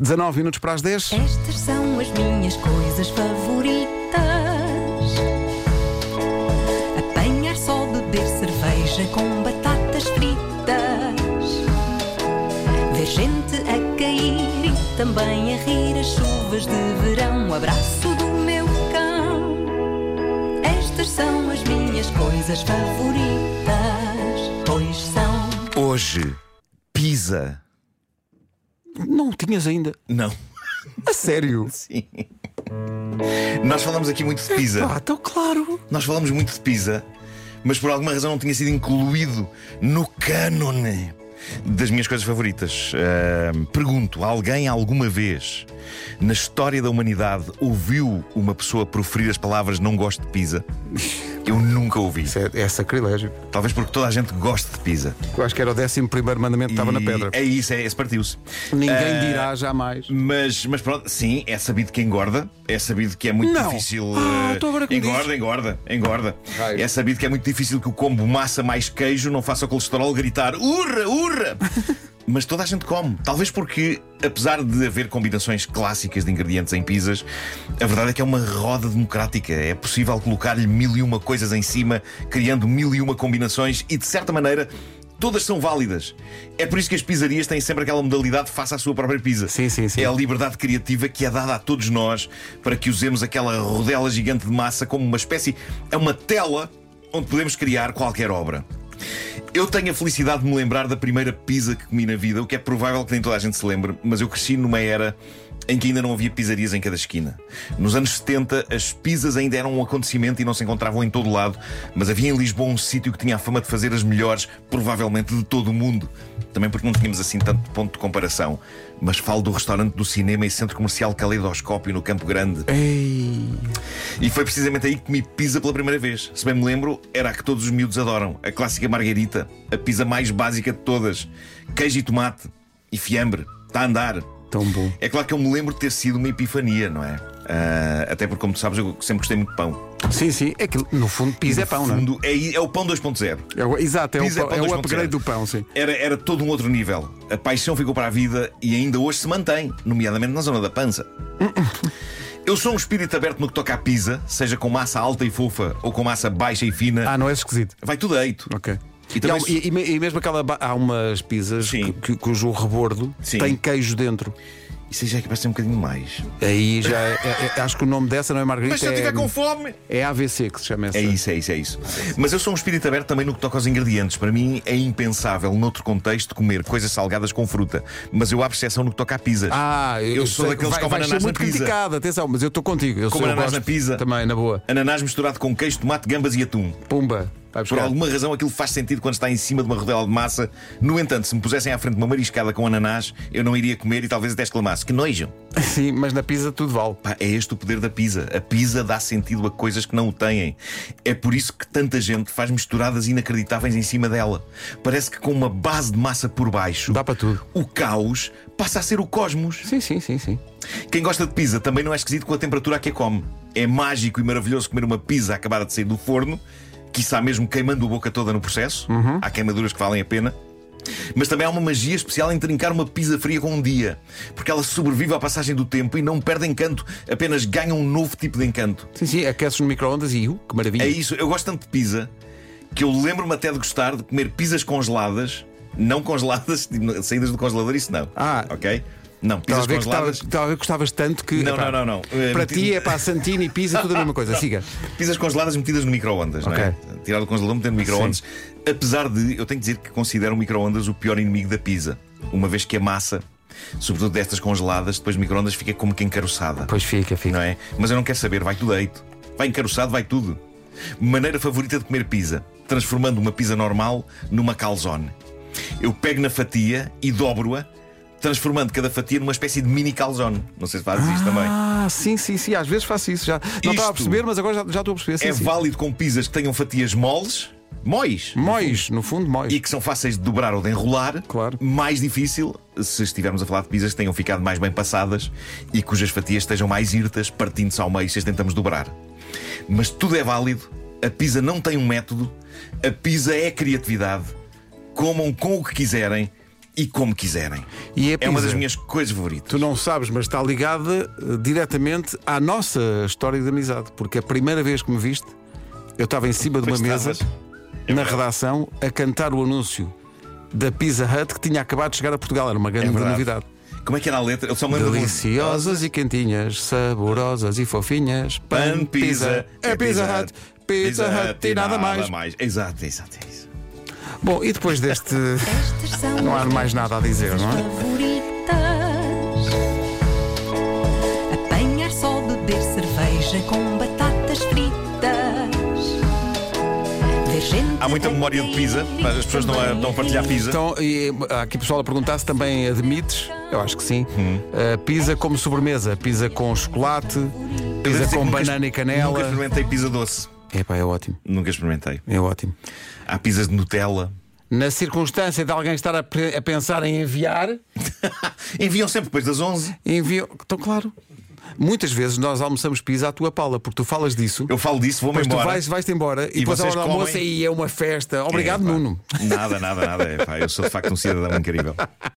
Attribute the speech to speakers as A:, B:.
A: 19 minutos para as 10.
B: Estas são as minhas coisas favoritas: apanhar só, beber cerveja com batatas fritas, ver gente a cair e também a rir as chuvas de verão. O abraço do meu cão. Estas são as minhas coisas favoritas, pois são.
C: Hoje, Pisa.
A: Não tinhas ainda.
C: Não.
A: A sério?
C: Sim. Nós falamos aqui muito de Pisa.
A: Ah, então claro.
C: Nós falamos muito de Pisa, mas por alguma razão não tinha sido incluído no cânone das minhas coisas favoritas. Ahm, pergunto: alguém alguma vez na história da humanidade ouviu uma pessoa proferir as palavras não gosto de Pisa? Eu nunca ouvi.
A: Isso é, é sacrilégio.
C: Talvez porque toda a gente gosta de Pisa.
A: Eu acho que era o 11 mandamento que estava na
C: E
A: pedra.
C: É isso, é, esse partiu-se. Ah,
A: Ninguém dirá jamais.
C: Mas, mas pronto, sim, é sabido que engorda, é sabido que é muito
A: Não.
C: difícil.
A: Ah,
C: eh,
A: tu agora que me
C: engorda, engorda, engorda.
A: Raio.
C: É sabido que é muito difícil que o combo massa mais queijo não faça o colesterol gritar urra, urra! Mas toda a gente come. Talvez porque, apesar de haver combinações clássicas de ingredientes em pizzas, a verdade é que é uma roda democrática. É possível colocar-lhe mil e uma coisas em cima, criando mil e uma combinações e, de certa maneira, todas são válidas. É por isso que as pizzarias têm sempre aquela modalidade faça a sua própria pizza.
A: Sim, sim, sim.
C: É a liberdade criativa que é dada a todos nós para que usemos aquela rodela gigante de massa como uma espécie. É uma tela onde podemos criar qualquer obra. Eu tenho a felicidade de me lembrar da primeira pizza que comi na vida, o que é provável que nem toda a gente se lembre, mas eu cresci numa era em que ainda não havia pizzarias em cada esquina. Nos anos 70, as pizzas ainda eram um acontecimento e não se encontravam em todo lado, mas havia em Lisboa um sítio que tinha a fama de fazer as melhores, provavelmente de todo o mundo. Também porque não tínhamos assim tanto ponto de comparação. Mas falo do restaurante do cinema e centro comercial Caleidoscópio no Campo Grande.
A: Ei.
C: E foi precisamente aí que comi pizza pela primeira vez. Se bem me lembro, era a que todos os miúdos adoram. A clássica margarita. A pizza mais básica de todas. Queijo e tomate. E fiambre. Está a andar.
A: Tão bom.
C: É claro que eu me lembro de ter sido uma epifania, não é? Ah, até porque, como tu sabes, eu sempre gostei muito de pão.
A: Sim, sim. É que, no fundo, pizza é pão, não é?
C: Fundo, é, é o pão 2.0.
A: É o- exato, é, o,
C: Pizza é
A: pão-
C: pão
A: é o
C: 2.0.
A: upgrade do pão, sim.
C: Era, era todo um outro nível. A paixão ficou para a vida e ainda hoje se mantém, nomeadamente na zona da pança. Eu sou um espírito aberto no que toca à pizza, seja com massa alta e fofa ou com massa baixa e fina.
A: Ah, não é esquisito.
C: Vai tudo deito.
A: Ok.
C: E também
A: há- um- e- e me- e mesmo aquela. ba- Há umas pizzas que-
C: Sim.
A: que- cujo rebordo
C: Sim.
A: tem queijo dentro.
C: Isso aí já é que parece um bocadinho mais.
A: Aí já. é- é- é- acho que o nome dessa não é Margarita. é,
C: fome.
A: é AVC que se chama essa.
C: É isso, é isso, é isso. Mas eu sou um espírito aberto também no que toca aos ingredientes. Para mim é impensável, noutro contexto, comer coisas salgadas com fruta. Mas eu há percepção no que toca a pizzas.
A: Ah, eu,
C: Eu sou
A: sei
C: daqueles
A: vai,
C: que come
A: vai ser
C: ananás na
A: muito
C: pizza.
A: criticado, atenção, mas eu estou contigo. Eu
C: Como
A: sou, eu
C: ananás na
A: gosto
C: pizza.
A: Também, na boa.
C: Ananás misturado com queijo, tomate, gambas e atum.
A: Pumba. Vai
C: Por
A: buscar.
C: alguma razão aquilo faz sentido quando está em cima de uma rodela de massa. No entanto, se me pusessem à frente uma mariscada com ananás, eu não iria comer e talvez até exclamasse: Que nojo!
A: Sim, mas na pizza tudo vale.
C: Pá, é este o poder da pizza. A pizza dá sentido a coisas que não o têm. É por isso que tanta gente faz misturadas inacreditáveis em cima dela. Parece que com uma base de massa por baixo,
A: Dá para tudo.
C: o caos passa a ser o cosmos.
A: Sim, sim, sim, sim.
C: Quem gosta de pizza também não é esquisito com a temperatura a que a come. É mágico e maravilhoso comer uma pizza acabada de sair do forno, quiçá mesmo queimando a boca toda no processo.
A: Uhum.
C: Há queimaduras que valem a pena. Mas também há uma magia especial em trincar uma pizza fria com um dia, porque ela sobrevive à passagem do tempo e não perde encanto, apenas ganha um novo tipo de encanto.
A: Sim, sim, aqueces no micro-ondas e uh, que maravilha.
C: É isso, eu gosto tanto de pizza que eu lembro-me até de gostar de comer pizzas congeladas, não congeladas, saídas do congelador, isso não.
A: Ah.
C: ok? Não,
A: Estava
C: pizzas
A: a ver que
C: congeladas.
A: estava- estava a ver que gostavas tanto que.
C: Não,
A: epá,
C: não, não, não. Eh,
A: Para
C: meti-
A: ti é para Santini e Pisa, tudo a mesma coisa. Siga.
C: Pizzas congeladas metidas no micro-ondas, não é? Tirar do congelador, meter no micro-ondas. Apesar de, eu tenho que dizer que considero o micro-ondas o pior inimigo da pizza. Uma vez que a massa, sobretudo destas congeladas, depois do micro-ondas fica como que encaroçada.
A: Pois fica, fica.
C: Não é? Mas eu não quero saber, vai tudo deito. Vai encaroçado, vai tudo. Maneira favorita de comer pizza: transformando uma pizza normal numa calzone. Eu pego na fatia e dobro-a, transformando cada fatia numa espécie de mini calzone. Não sei se fazes isto também.
A: Ah, sim, sim, sim. Às vezes faço isso. Já não estava a
C: Isto-
A: perceber, mas agora já, já estou a perceber. Sim,
C: é
A: sim.
C: válido com pizzas que tenham fatias moles, móis,
A: Mois, no fundo, mois.
C: e que são fáceis de dobrar ou de enrolar.
A: Claro.
C: Mais difícil se estivermos a falar de pizzas que tenham ficado mais bem passadas e cujas fatias estejam mais irtas, partindo-se ao meio se as tentamos dobrar. Mas tudo é válido, a pizza não tem um método, a pizza é criatividade. Comam com o que quiserem e como quiserem.
A: E é
C: é uma
A: pizza.
C: das minhas coisas favoritas.
A: Tu não sabes, mas está ligada eh, diretamente à nossa história de amizade, porque a primeira vez que me viste, eu estava em cima de uma
C: Pois
A: mesa,
C: estavas. É
A: na
C: verdade.
A: redação, a cantar o anúncio da Pizza Hut que tinha acabado de chegar a Portugal. Era uma grande
C: verdade.
A: novidade.
C: Como é que era a letra? Eu só me lembro de um-
A: Deliciosas e quentinhas, saborosas e fofinhas.
C: Pan pizza.
A: é Pizza Hut. Pizza Hut e nada mais.
C: Exato, exato, é isso.
A: Bom, e depois deste.
B: Estas são
A: Não há
B: as
A: mais nada a dizer, não é?
B: favoritas. Apanhar só beber cerveja com batatas fritas. Ver gente
C: Há muita
B: a
C: memória de pizza,
B: cair e
C: mas as pessoas não a,
B: também
C: não a partilhar pizza.
A: Então, e, há aqui pessoal a perguntar se também admites, eu acho que sim,
C: Hum.
A: eh, pizza como sobremesa, pizza com chocolate,
C: Eu devo
A: pizza
C: dizer
A: com
C: que nunca-
A: banana e canela.
C: Nunca experimentei pizza doce.
A: Epá, é ótimo,
C: Nunca experimentei.
A: é ótimo.
C: Há pizzas de Nutella.
A: Na circunstância de alguém estar a, pe- a pensar em enviar,
C: Enviam sempre depois das 11.
A: envio. Então, claro. Muitas vezes nós almoçamos pizza à tua Paula, porque tu falas disso.
C: Eu falo disso, vou-me
A: Depois tu
C: embora.
A: vais, vais-te embora e,
C: E
A: depois a hora
C: vocês
A: do almoço
C: comem.
A: e é uma festa. Obrigado,
C: É, pá.
A: Nuno.
C: Nada, nada, nada. É, pá, eu sou de facto um cidadão incrível.